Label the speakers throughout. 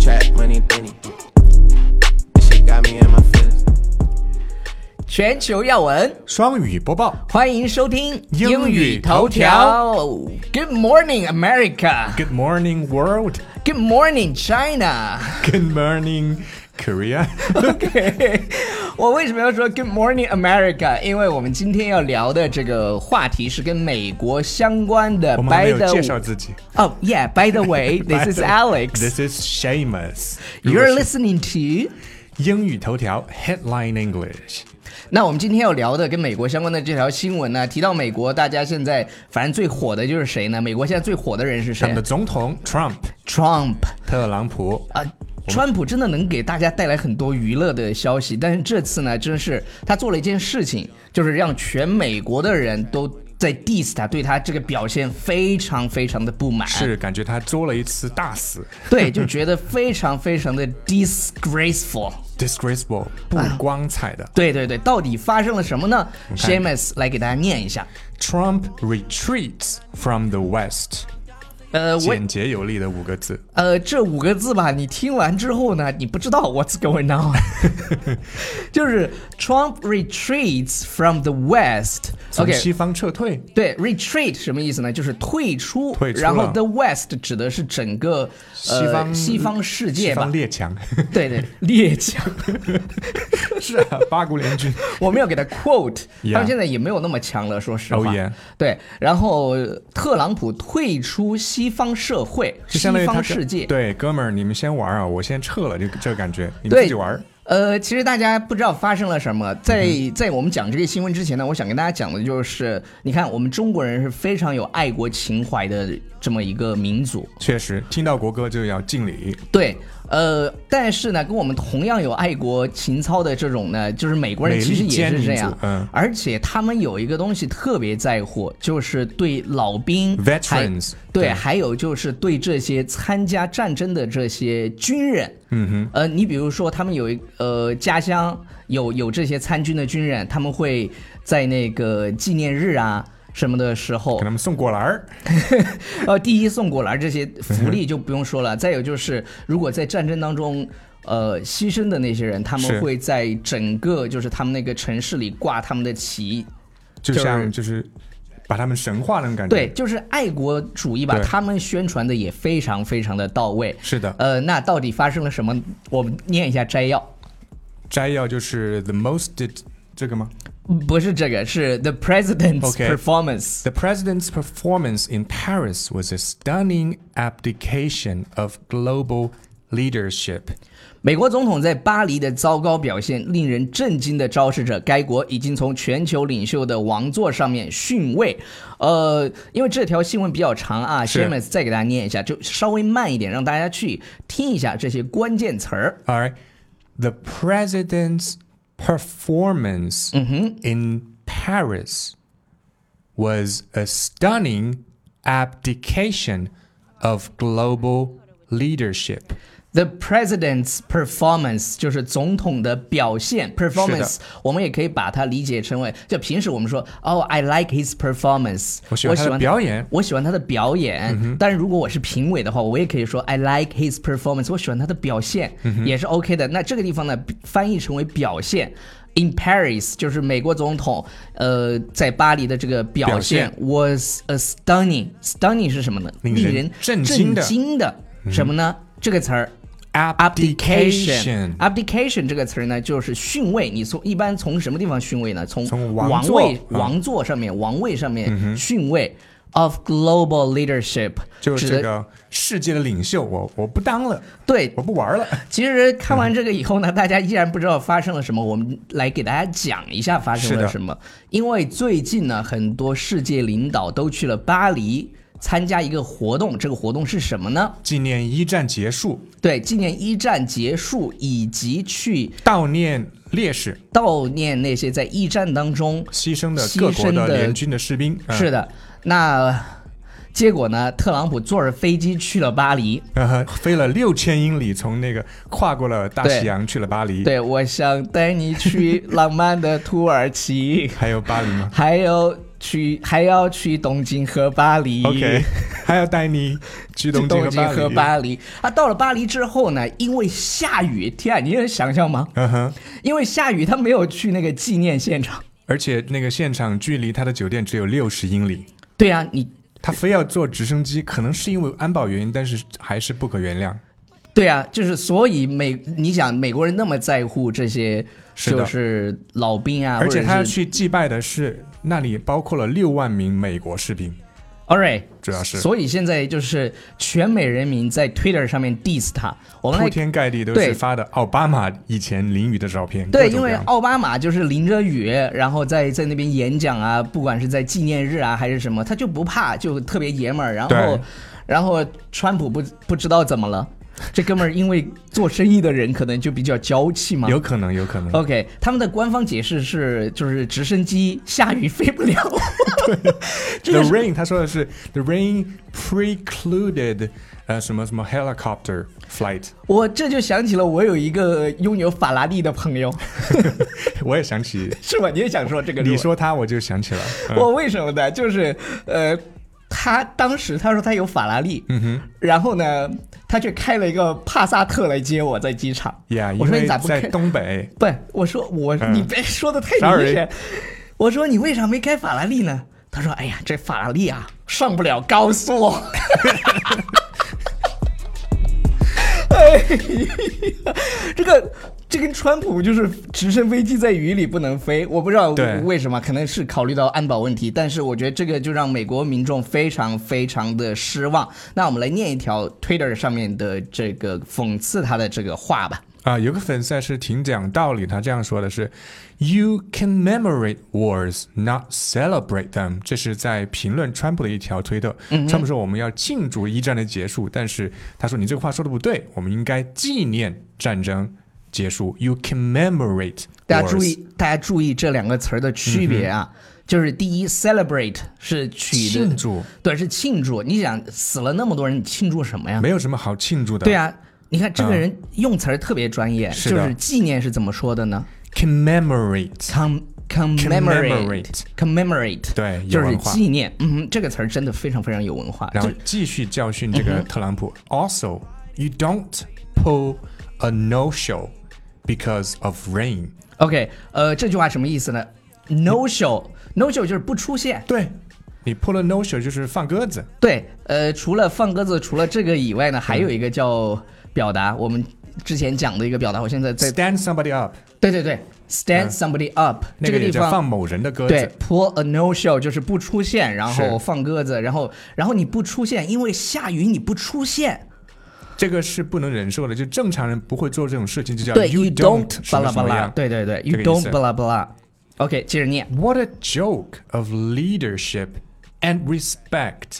Speaker 1: Trap money penny. This shit got me in my feelings.
Speaker 2: 全球要闻，
Speaker 3: 双语播报
Speaker 2: 欢迎收听
Speaker 3: 英语头条
Speaker 2: 条。Good morning America,
Speaker 3: ，Good morning world，Good
Speaker 2: Good morning China。
Speaker 3: morning Korea
Speaker 2: 对，我为什么要说 Good morning America？因为我们今天要聊的这个话题是跟美国相关的。
Speaker 3: 我们还没
Speaker 2: By
Speaker 3: 有
Speaker 2: the
Speaker 3: 介绍自己。
Speaker 2: Oh yeah, by the way, this is Alex.
Speaker 3: This is Shamus.
Speaker 2: You're listening to。
Speaker 3: 英语头条 Headline English。
Speaker 2: 那我们今天要聊的跟美国相关的这条新闻呢，提到美国，大家现在反正最火的就是谁呢？美国现在最火的人是
Speaker 3: 他
Speaker 2: 谁
Speaker 3: 们的总统 Trump
Speaker 2: ？Trump
Speaker 3: 特朗普，
Speaker 2: 啊。川普真的能给大家带来很多娱乐的消息，但是这次呢，真是他做了一件事情，就是让全美国的人都在 diss 他，对他这个表现非常非常的不满，
Speaker 3: 是感觉他作了一次大死
Speaker 2: 对，就觉得非常非常的 disgraceful。
Speaker 3: ，disgraceful 不光彩的。
Speaker 2: 对对对，到底发生了什么呢
Speaker 3: 看
Speaker 2: ？Shamus 来给大家念一下。
Speaker 3: Trump retreats from the West，
Speaker 2: 呃，我
Speaker 3: 简洁有力的五个字。
Speaker 2: 呃，这五个字吧，你听完之后呢，你不知道 what's going on，就是 Trump retreats from the West。
Speaker 3: 从
Speaker 2: OK，
Speaker 3: 西方撤退
Speaker 2: 对，retreat 什么意思呢？就是退出，
Speaker 3: 退出
Speaker 2: 然后
Speaker 3: 了
Speaker 2: the West 指的是整个、呃、
Speaker 3: 西方
Speaker 2: 西方世界
Speaker 3: 西
Speaker 2: 吧
Speaker 3: 方？列强，
Speaker 2: 对对， 列强，
Speaker 3: 是啊，八国联军。
Speaker 2: 我们要给他 quote，
Speaker 3: Yeah
Speaker 2: 他们现在也没有那么强了，说实话。
Speaker 3: Oh yeah
Speaker 2: 对，然后特朗普退出西方社会，
Speaker 3: 就
Speaker 2: 西
Speaker 3: 相当于他
Speaker 2: 方
Speaker 3: 跟
Speaker 2: 世界。
Speaker 3: 对，哥们儿，你们先玩啊，我先撤了，这个这个感觉，你们
Speaker 2: 对
Speaker 3: 自己玩儿。嗯
Speaker 2: 呃，其实大家不知道发生了什么，在在我们讲这个新闻之前呢，我想跟大家讲的就是，你看我们中国人是非常有爱国情怀的这么一个民族，
Speaker 3: 确实，听到国歌就要敬礼，
Speaker 2: 对，呃，但是呢，跟我们同样有爱国情操的这种呢，就是美国人
Speaker 3: 美利
Speaker 2: 其实也
Speaker 3: 坚
Speaker 2: 是这
Speaker 3: 民
Speaker 2: 样
Speaker 3: 族，嗯
Speaker 2: 而且他们有一个东西特别在乎，就是对老兵还
Speaker 3: Veterans，
Speaker 2: 对，
Speaker 3: 对
Speaker 2: 还有就是对这些参加战争的这些军人，嗯哼，呃，你比如说他们有一呃家乡有有这些参军的军人，他们会在那个纪念日啊。什么的时候
Speaker 3: 给，他们送过来儿。
Speaker 2: 呃，第一送果篮这些福
Speaker 3: 嗯
Speaker 2: 利就不用说了，再有就是，如果在战争当中，呃，牺牲的那些人，他
Speaker 3: 是
Speaker 2: 们会在整个就是他们那个城市里挂他们的旗，
Speaker 3: 嗯就
Speaker 2: 就是
Speaker 3: 像就是把他们神化那种感觉。
Speaker 2: 对，，就是爱国主义吧，
Speaker 3: 对
Speaker 2: 他们宣传的也非常非常的到位。
Speaker 3: 是的
Speaker 2: 呃，那到底发生了什么？我们念一下摘要。
Speaker 3: 摘要就是 the most did 这个吗
Speaker 2: 不是这个，是 The President's
Speaker 3: OK
Speaker 2: Performance。
Speaker 3: ？The president's performance in Paris was a stunning abdication of global leadership。
Speaker 2: 美国总统在巴黎的糟糕表现令人震惊的昭示着，该国已经从全球领袖的王座上面逊位。呃，因为这条新闻比较长啊
Speaker 3: 是
Speaker 2: ，Shamus 再给大家念一下，就稍微慢一点，让大家去听一下这些关键词儿。
Speaker 3: All right, the president's performance
Speaker 2: Mm-hmm.
Speaker 3: in Paris was a stunning abdication of global leadership.
Speaker 2: The president's performance 就是总统的表现，performance 我们也可以把它理解成为，就平时我们说，哦、i like his performance，
Speaker 3: 我喜欢他的表演嗯
Speaker 2: 我喜欢他的表演。但是如果我是评委的话，我也可以说 I like his performance，我喜欢他的表现，
Speaker 3: 嗯
Speaker 2: 也是 OK 的。那这个地方呢，翻译成为表现。In Paris，就是美国总统，呃，在巴黎的这个表
Speaker 3: 表
Speaker 2: 现
Speaker 3: 现
Speaker 2: was a stunning。stunning 是什么呢？
Speaker 3: 令
Speaker 2: 令
Speaker 3: 人
Speaker 2: 人
Speaker 3: 震惊的
Speaker 2: 惊的
Speaker 3: 嗯
Speaker 2: 什么呢？这个词儿
Speaker 3: Abdication.
Speaker 2: abdication 这个词儿呢，就是逊位。你从一般从什么地方逊位呢？从
Speaker 3: 从王
Speaker 2: 王
Speaker 3: 座
Speaker 2: 位、
Speaker 3: 嗯
Speaker 2: 王座上面、王位上面逊位。Of global leadership，
Speaker 3: 就是
Speaker 2: 指
Speaker 3: 这
Speaker 2: 的
Speaker 3: 个哦世界的领袖，我我不当了，
Speaker 2: 对
Speaker 3: 我。不玩了。
Speaker 2: 其实看完这个以后呢，大家依然不知道发生了什么。我们来给大家讲一下发生
Speaker 3: 是
Speaker 2: 了
Speaker 3: 的
Speaker 2: 什么，因为最近呢，很多世界领导都去了巴黎参加一个活动。这个活动是什么呢？
Speaker 3: 纪念一战结束，
Speaker 2: 对，纪念一战结束以及去
Speaker 3: 悼念烈士
Speaker 2: 悼念那些在一战当中
Speaker 3: 牺牲的各国
Speaker 2: 牺牲
Speaker 3: 的
Speaker 2: 的
Speaker 3: 联军的士兵。嗯
Speaker 2: 是的。那结果呢？特朗普坐着飞机去了巴黎。
Speaker 3: 呃，飞了六千英里，从那个跨过了大西洋去了巴黎。，
Speaker 2: 对，我想带你去浪漫的土耳其，
Speaker 3: 还有巴黎吗？
Speaker 2: 还有去还要去东京和巴黎。
Speaker 3: OK，还要带你
Speaker 2: 去
Speaker 3: 去东
Speaker 2: 东京和
Speaker 3: 京和巴黎。
Speaker 2: 巴黎，啊，到了巴黎之后呢，因为下雨，天啊，你能想象吗？
Speaker 3: 嗯哼，
Speaker 2: 因为下雨，他没有去那个纪念现场。
Speaker 3: 而且那个现场距离他的酒店只有六十英里，
Speaker 2: 对啊，你
Speaker 3: 他非要坐直升机，可能是因为安保原因，但是还是不可原谅。
Speaker 2: 对啊，就是所以美，你想美国人那么在乎这些，
Speaker 3: 是的
Speaker 2: 就是老兵啊，
Speaker 3: 而且他
Speaker 2: 或
Speaker 3: 要
Speaker 2: 者是
Speaker 3: 去祭拜的是那里包括了六万名美国士兵，
Speaker 2: all right，
Speaker 3: 主要是
Speaker 2: 所以现在就是全美人民在 Twitter 上面 diss 他，我们
Speaker 3: 铺
Speaker 2: 来。
Speaker 3: 天盖地都
Speaker 2: 对
Speaker 3: 是发的奥巴马以前淋雨的照片。
Speaker 2: 对，
Speaker 3: 各种
Speaker 2: 因
Speaker 3: 各
Speaker 2: 为
Speaker 3: 样
Speaker 2: 奥巴马就是淋着雨，然后在在那边演讲啊，不管是在纪念日啊还是什么，他就不怕，就特别爷们儿。然后
Speaker 3: 对，
Speaker 2: 然后川普不不知道怎么了，这哥们儿因为做生意的人可能就比较娇气 嘛，
Speaker 3: 有可能，有可能。
Speaker 2: OK，他们的官方解释是，就是直升机下雨飞不了。 这
Speaker 3: The
Speaker 2: 个是
Speaker 3: rain，他说的是 the rain precluded，呃，什么什么 helicopter flight。
Speaker 2: 我这就想起了我有一个拥有法拉利的朋 友，
Speaker 3: 我也想起，
Speaker 2: 是吧？你也想说这个？
Speaker 3: 你，说他我就想起 了。嗯
Speaker 2: 我为什么呢？就是呃，他当时他说他有法拉利，嗯哼，然后呢，他却开了一个帕萨特来接我在机场。
Speaker 3: 呀，
Speaker 2: 我说
Speaker 3: 因
Speaker 2: 你
Speaker 3: 为
Speaker 2: 咋不
Speaker 3: 在
Speaker 2: 开
Speaker 3: 东北，
Speaker 2: 不，我说我、
Speaker 3: 嗯
Speaker 2: 你别说的太明
Speaker 3: Sorry
Speaker 2: 显。我说你为啥没开法拉利呢？他说：“哎呀，这法拉利啊，上不了高速。” 哎呀，这个这跟川普就是直升飞机在雨里不能飞，我不知道
Speaker 3: 对
Speaker 2: 为什么，可能是考虑到安保问题，但是我觉得这个就让美国民众非常非常的失望。那我们来念一条 Twitter 上面的这个讽刺他的这个话吧。
Speaker 3: 啊，有个粉丝还是挺讲道理，他这样说的是：“You commemorate wars, not celebrate them。”这是在评论川普的一条推特。
Speaker 2: 嗯
Speaker 3: 川普说我们要庆祝一战的结束，但是他说你这个话说的不对，我们应该纪念战争结束。You commemorate，
Speaker 2: 大家啊注
Speaker 3: wars 嗯
Speaker 2: 意，大家注意这两个词儿的区别啊，就是第一，celebrate 是取的
Speaker 3: 庆，祝，
Speaker 2: 对，是庆祝。你想死了那么多人，你庆祝什么呀？
Speaker 3: 没有什么好庆祝的。
Speaker 2: 对啊，你看这个人用词儿特别专业，
Speaker 3: 是
Speaker 2: 就
Speaker 3: 的
Speaker 2: 是纪念是怎么说的呢
Speaker 3: ，commemorate，
Speaker 2: ？com commemorate
Speaker 3: Commemorate
Speaker 2: commemorate
Speaker 3: 对有
Speaker 2: 就是
Speaker 3: 文化
Speaker 2: 纪念。嗯哼，这个词儿真的非常非常有文化。
Speaker 3: 然后
Speaker 2: 就
Speaker 3: 继续教训这
Speaker 2: 嗯
Speaker 3: 个特朗普。Also, you don't pull a no-show because of rain。
Speaker 2: OK，呃，这句话什么意思呢？No show no show 就是不出现。
Speaker 3: 对，你 pull a no-show 就是放鸽子。
Speaker 2: 对，呃，除了放鸽子，除了这个以外呢，还有一个叫表达，我们之前讲的一个表达，我现在在，
Speaker 3: Stand somebody up，
Speaker 2: 对对对，stand somebody up、
Speaker 3: 嗯那
Speaker 2: 这个
Speaker 3: 也
Speaker 2: 地
Speaker 3: 叫放
Speaker 2: 方。
Speaker 3: 某人的鸽
Speaker 2: 对
Speaker 3: 子。
Speaker 2: ，pull a no show 就是不出现，然后
Speaker 3: 是
Speaker 2: 放鸽子，然后然后你不出现，因为下雨你不出现，
Speaker 3: 这个是不能忍受的，就正常人不会做这种事情，就叫
Speaker 2: 对
Speaker 3: you don't
Speaker 2: 巴
Speaker 3: 什么
Speaker 2: 拉
Speaker 3: 什
Speaker 2: 巴
Speaker 3: 么
Speaker 2: 拉，
Speaker 3: 样。
Speaker 2: 对对对
Speaker 3: 这
Speaker 2: ，you
Speaker 3: 个意
Speaker 2: don't
Speaker 3: 思
Speaker 2: 巴拉巴拉。OK，接着念，
Speaker 3: What a joke of leadership and respect。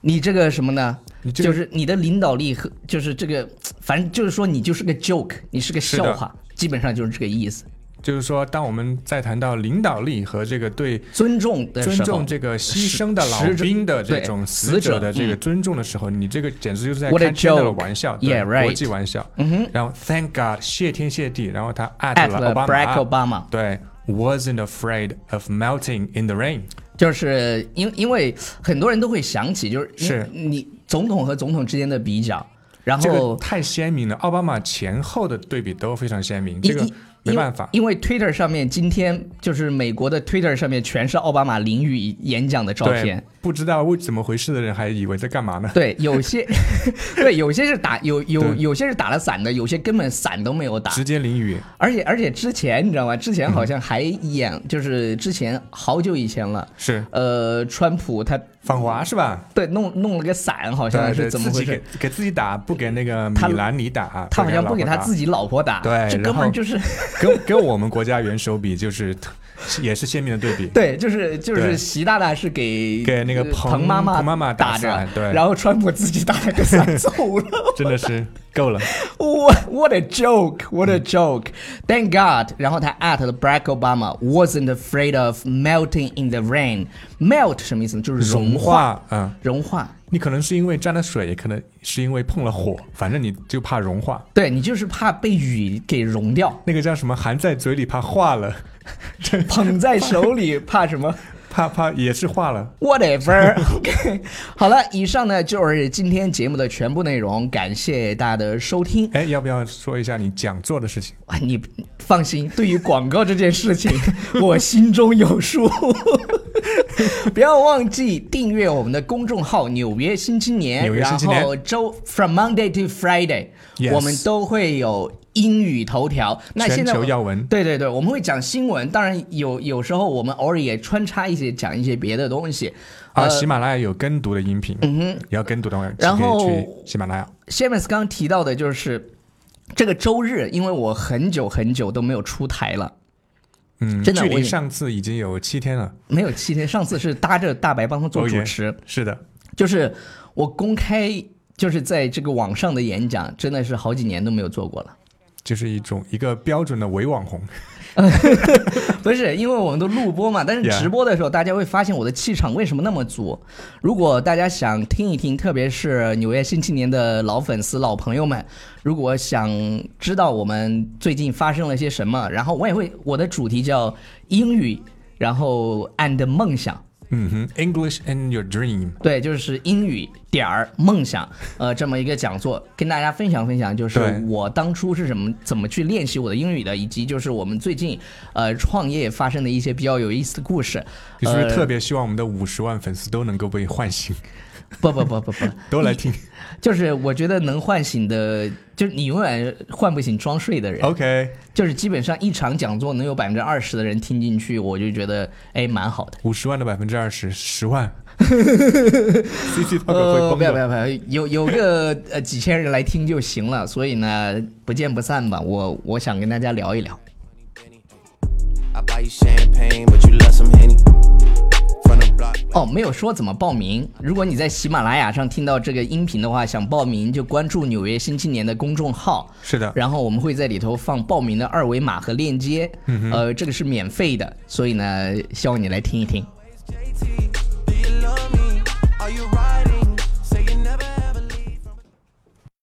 Speaker 2: 你这个什么呢？
Speaker 3: 你这个
Speaker 2: 就是你的领导力和就是这个，反正就是说你就是个 joke，你是个
Speaker 3: 是的
Speaker 2: 笑话，基本上就是这个意思。
Speaker 3: 就是说，当我们在谈到领导力和这个对
Speaker 2: 尊重的时
Speaker 3: 尊
Speaker 2: 候
Speaker 3: 重这个牺牲的老
Speaker 2: 死者
Speaker 3: 兵的这
Speaker 2: 对
Speaker 3: 种
Speaker 2: 死
Speaker 3: 死
Speaker 2: 者
Speaker 3: 者的这个
Speaker 2: 嗯
Speaker 3: 尊重的时候，你这个简直就是在
Speaker 2: What a
Speaker 3: 开天大的
Speaker 2: joke
Speaker 3: 玩笑，
Speaker 2: Yeah,
Speaker 3: 对
Speaker 2: right 嗯
Speaker 3: 国际玩笑。然后 Thank God，谢天谢地，然后他
Speaker 2: at
Speaker 3: at 了
Speaker 2: 了
Speaker 3: 奥巴
Speaker 2: Barack
Speaker 3: 马，
Speaker 2: Obama，
Speaker 3: 对，wasn't afraid of melting in the rain。
Speaker 2: 就是因因为很多人都会想起，就是你
Speaker 3: 是
Speaker 2: 你总统和总统之间的比较，然
Speaker 3: 这个
Speaker 2: 后
Speaker 3: 太鲜明了，奥巴马前后的对比都非常鲜明，
Speaker 2: 因
Speaker 3: 这个
Speaker 2: 因
Speaker 3: 没
Speaker 2: 因为
Speaker 3: 办法。
Speaker 2: 因为 Twitter 上面今天就是美国的 Twitter 上面全是奥巴马淋雨演讲的照
Speaker 3: 对
Speaker 2: 片。，
Speaker 3: 不知道为怎么回事的人还以为在干嘛呢？
Speaker 2: 对，有些， 对，有些是打有有
Speaker 3: 对
Speaker 2: 有些是打了伞的，有些根本伞都没有打。
Speaker 3: 直接淋雨，
Speaker 2: 而且而且之前你知道吗？之前好
Speaker 3: 嗯
Speaker 2: 像还演，就是之前好久以前了，
Speaker 3: 是
Speaker 2: 呃，川普他
Speaker 3: 访华是吧？
Speaker 2: 对，弄弄了个伞，好像
Speaker 3: 对
Speaker 2: 是
Speaker 3: 对，
Speaker 2: 怎么回
Speaker 3: 自己
Speaker 2: 事？
Speaker 3: 给给自己打，不给那个米
Speaker 2: 他
Speaker 3: 兰尼打，
Speaker 2: 他好像不给他
Speaker 3: 老婆打
Speaker 2: 自己老婆打，
Speaker 3: 对
Speaker 2: 这
Speaker 3: 然
Speaker 2: 根本
Speaker 3: 后
Speaker 2: 就是，。
Speaker 3: 跟跟我们国家元首比，就是 特是也是鲜明的对比
Speaker 2: 对，就是就是
Speaker 3: 对
Speaker 2: 习大大是给
Speaker 3: 给那个
Speaker 2: 呃
Speaker 3: 彭
Speaker 2: 妈妈
Speaker 3: 彭妈妈
Speaker 2: 打
Speaker 3: 打
Speaker 2: 着
Speaker 3: 伞，对
Speaker 2: 然后川普自己打了个 伞走了
Speaker 3: 真的 是够了。
Speaker 2: ，What what a joke, what a joke! Thank God，然后他 at 了 Barack Obama wasn't afraid of melting in the rain. Melt 什么意思呢？就是融化，
Speaker 3: 化，嗯，
Speaker 2: 融化。
Speaker 3: 你可能是因为沾了水，也可能是因为碰了火，反正你就怕融化。
Speaker 2: 对你就是怕被雨给融掉，
Speaker 3: 那个叫什么，含在嘴里怕化了，
Speaker 2: 捧在手里怕什么？
Speaker 3: 怕怕也是化了。
Speaker 2: Whatever，OK，好 了，以上呢就是今天节目的全部内容，感谢大家的收听。
Speaker 3: 哎，要不要说一下你讲座的事情？
Speaker 2: 啊，你放心，对于广告这件事 情，我心中有数。 不要忘记订阅我们的公众号《纽约新青年》，
Speaker 3: 纽约新青年
Speaker 2: 然后周 from Monday to Friday，、
Speaker 3: Yes
Speaker 2: 我们都会有英语头条。那现在
Speaker 3: 全球
Speaker 2: 我
Speaker 3: 要闻
Speaker 2: 对对对，我们会讲新闻，当然有有时候我们偶尔也穿插一些讲一些别的东西。
Speaker 3: 啊，喜马拉雅有跟读的音频，嗯要跟读的话，
Speaker 2: 呃然后
Speaker 3: 请可以去喜马拉雅。
Speaker 2: Shamus 刚刚提到的就是这个周日，因为我很久很久都没有出台了，
Speaker 3: 嗯，
Speaker 2: 真的
Speaker 3: 距
Speaker 2: 我
Speaker 3: 离
Speaker 2: 也
Speaker 3: 上次已经有七天了。
Speaker 2: 没有七天。上次是搭着大白帮他做主
Speaker 3: OK
Speaker 2: 持
Speaker 3: 是的，
Speaker 2: 就是我公开就是在这个网上的演讲，真的是好几年都没有做过了。
Speaker 3: 就是一种一个标准的伪网红。
Speaker 2: 不是，因为我们都录播嘛，但是
Speaker 3: Yeah
Speaker 2: 直播的时候，大家会发现我的气场为什么那么足。如果大家想听一听，特别是纽约新青年的老粉丝、老朋友们，如果想知道我们最近发生了些什么，然后我也会，我的主题叫英语，然后 and 梦想。
Speaker 3: 嗯哼，English and your dream。
Speaker 2: 对，就是英语点儿梦想，呃，这么一个讲座，跟大家分享分享，就是
Speaker 3: 对
Speaker 2: 我当初是什么怎么去练习我的英语的，以及就是我们最近呃创业发生的一些比较有意思的故事。
Speaker 3: 你是不是
Speaker 2: 呃
Speaker 3: 特别希望我们的五十万粉丝都能够被 唤醒，
Speaker 2: 不不不不不，
Speaker 3: 都来听
Speaker 2: 就是我觉得能唤醒的，就是你永远唤不醒装睡的人。
Speaker 3: ？OK，
Speaker 2: 就是基本上一场讲座能有百分之二十的人听进去，我就觉得哎蛮好的。
Speaker 3: 五十万的百分之二十，十 万，CC 他可会
Speaker 2: 呃，
Speaker 3: 崩
Speaker 2: 不要不
Speaker 3: 的。
Speaker 2: 要不要，有有个呃几千人来听就行了，所以呢，不见不散吧。我我想跟大家聊一聊。
Speaker 1: I buy you champagne, but you love some Henny. From the block.
Speaker 2: 哦，没有说怎么报名。如果你在喜马拉雅上听到这个音频的话，想报名就关注《纽约新青年》的公众号，
Speaker 3: 是的，
Speaker 2: 然后我们会在里头放报
Speaker 3: 嗯
Speaker 2: 名的二维码和链接，呃，这个是免费的，所以呢，希望你来听一听。